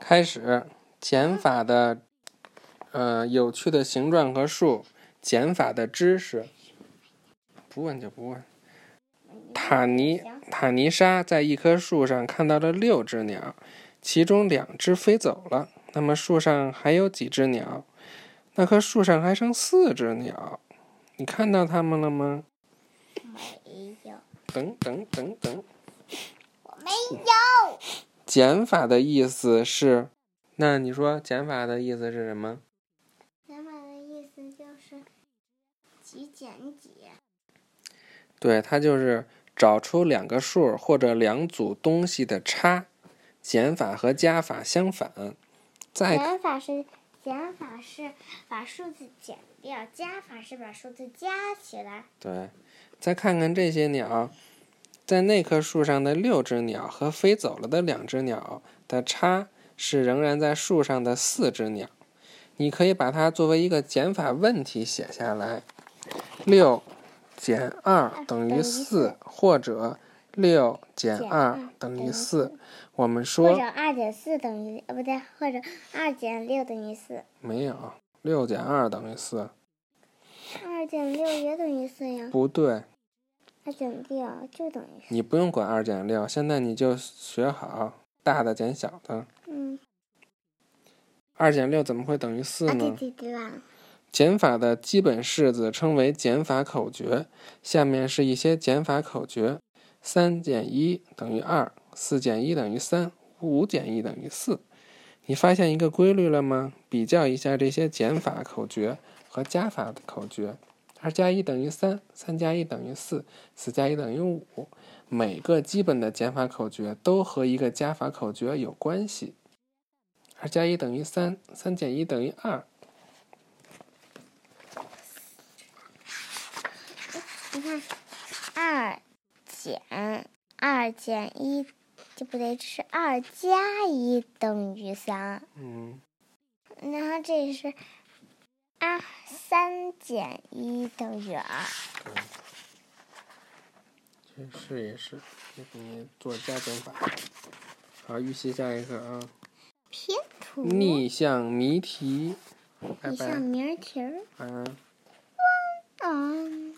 开始减法的，呃，有趣的形状和数，减法的知识。不问就不问。塔尼塔尼莎在一棵树上看到了六只鸟，其中两只飞走了。那么树上还有几只鸟？那棵树上还剩四只鸟，你看到它们了吗？没有，等等等等，我没有，减法的意思是，那你说减法的意思是什么？原本的意思就是几减几，对，它就是找出两个数或者两组东西的差，减法和加法相反。再减法是减法是把数字减掉，加法是把数字加起来。对，再看看这些鸟，在那棵树上的六只鸟和飞走了的两只鸟的差是仍然在树上的四只鸟。你可以把它作为一个减法问题写下来：六减二啊等于四，或者六减二等于四。我们或说者二减四等于呃不对，或者二减六等于四，没有，六减二等于四，二减六也等于四呀，不对，二减六就等于四。你不用管二减六，现在你就学好大的减小的。嗯，二减六怎么会等于四啊呢？对对对忘了，减法的基本式子称为减法口诀。下面是一些减法口诀：三减一等于二，四减一等于三，五减一等于四。你发现一个规律了吗？比较一下这些减法口诀和加法的口诀。二加一等于三，三加一等于四，四加一等于五。每个基本的减法口诀都和一个加法口诀有关系。二加一等于三，三减一等于二，你看，二减二减一，这不对，这是二加一等于三，嗯，然后这是二三减一等于二。这嗯是也是，这你做加减法。好，预习下一课啊，拼图，逆向谜题，拜你拜像，名儿题儿，晚安。嗯。